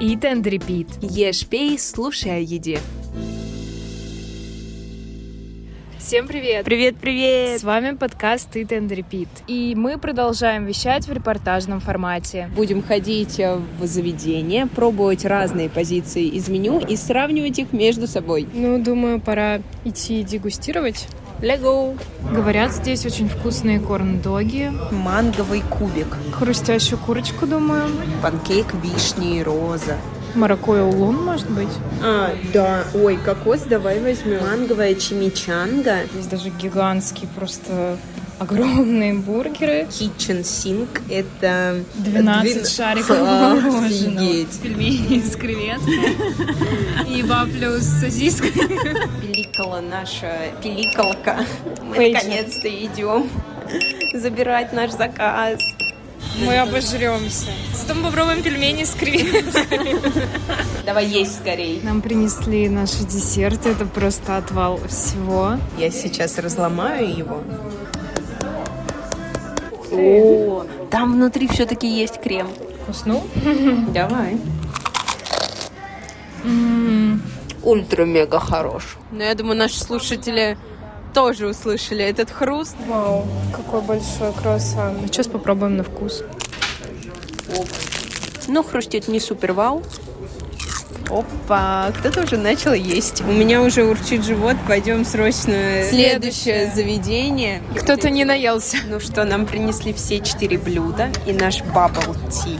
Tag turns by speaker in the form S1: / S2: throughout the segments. S1: Eat and Repeat.
S2: Ешь, пей, слушай о еде.
S1: Всем привет!
S2: Привет, привет!
S1: С вами подкаст Eat and Repeat. И мы продолжаем вещать в репортажном формате.
S2: Будем ходить в заведение, пробовать разные позиции из меню и сравнивать их между собой.
S1: Ну, думаю, пора идти дегустировать.
S2: Лего!
S1: Говорят, здесь очень вкусные корн-доги,
S2: Манговый кубик,
S1: хрустящую курочку, думаю,
S2: панкейк вишни и роза.
S1: маракуйя улун, может быть.
S2: А, да. Ой, кокос давай возьмем. Манговая чимичанга,
S1: Здесь даже гигантские просто огромные бургеры.
S2: kitchen sink, это...
S1: 12
S2: Двен-
S1: шариков
S2: Ха,
S1: мороженого.
S2: офигеть.
S1: Пельмени с креветкой и вафлю с сосиской.
S2: Пиликала наша, пиликалка. Мы
S1: Пейджи.
S2: наконец-то идем забирать наш заказ.
S1: Мы обожремся. Потом попробуем пельмени с креветкой.
S2: Давай есть скорей.
S1: Нам принесли наши десерты. Это просто отвал всего.
S2: Я сейчас разломаю его. О, там внутри все-таки есть крем.
S1: Вкуснул?
S2: Давай.
S1: М-м.
S2: Ультра-мега хорош. Но Ну, я думаю, наши слушатели тоже услышали этот хруст.
S1: Вау, какой большой круассан. Ну, сейчас попробуем на вкус.
S2: Ну, хрустит не супер вау. Опа, кто-то уже начал есть. У меня уже урчит живот, пойдем срочно.
S1: Следующее
S2: заведение.
S1: Кто-то не наелся.
S2: Ну что, нам принесли все четыре блюда и наш бабл ти.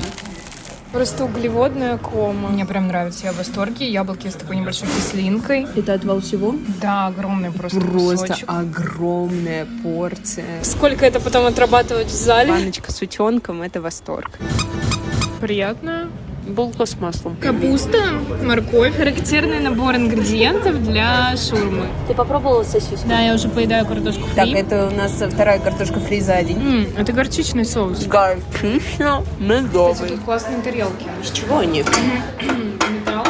S1: Просто углеводная кома. Мне прям нравится, я в восторге. Яблоки с такой небольшой кислинкой.
S2: Это отвал всего?
S1: Да, огромный просто,
S2: Просто
S1: кусочек.
S2: огромная порция.
S1: Сколько это потом отрабатывать в зале?
S2: Баночка с утенком это восторг.
S1: Приятно.
S2: Булка с маслом.
S1: Капуста, морковь. Характерный набор ингредиентов для шурмы.
S2: Ты попробовала сосиску?
S1: Да, я уже поедаю картошку
S2: Так,
S1: фри.
S2: это у нас вторая картошка фри за день.
S1: М, это горчичный соус.
S2: Горчично медовый.
S1: Тут классные тарелки.
S2: Из чего они?
S1: Металл.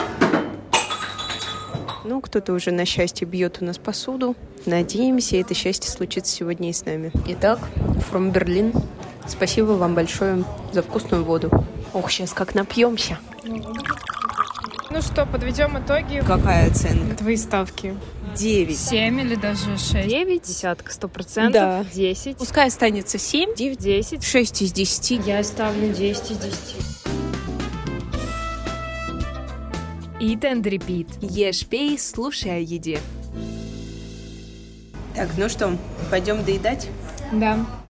S2: Ну, кто-то уже на счастье бьет у нас посуду. Надеемся, это счастье случится сегодня и с нами. Итак, from Berlin. Спасибо вам большое за вкусную воду. Ох, сейчас как напьемся.
S1: Ну что, подведем итоги.
S2: Какая оценка?
S1: Твои ставки.
S2: Девять.
S1: Семь или даже шесть. Девять. Десятка, сто
S2: Да.
S1: процентов. Десять.
S2: Пускай останется семь.
S1: Девять. Десять.
S2: Шесть из десяти.
S1: Я ставлю десять из десяти. Eat and repeat.
S2: Ешь, пей, слушай о еде. Так, ну что, пойдем доедать?
S1: Да.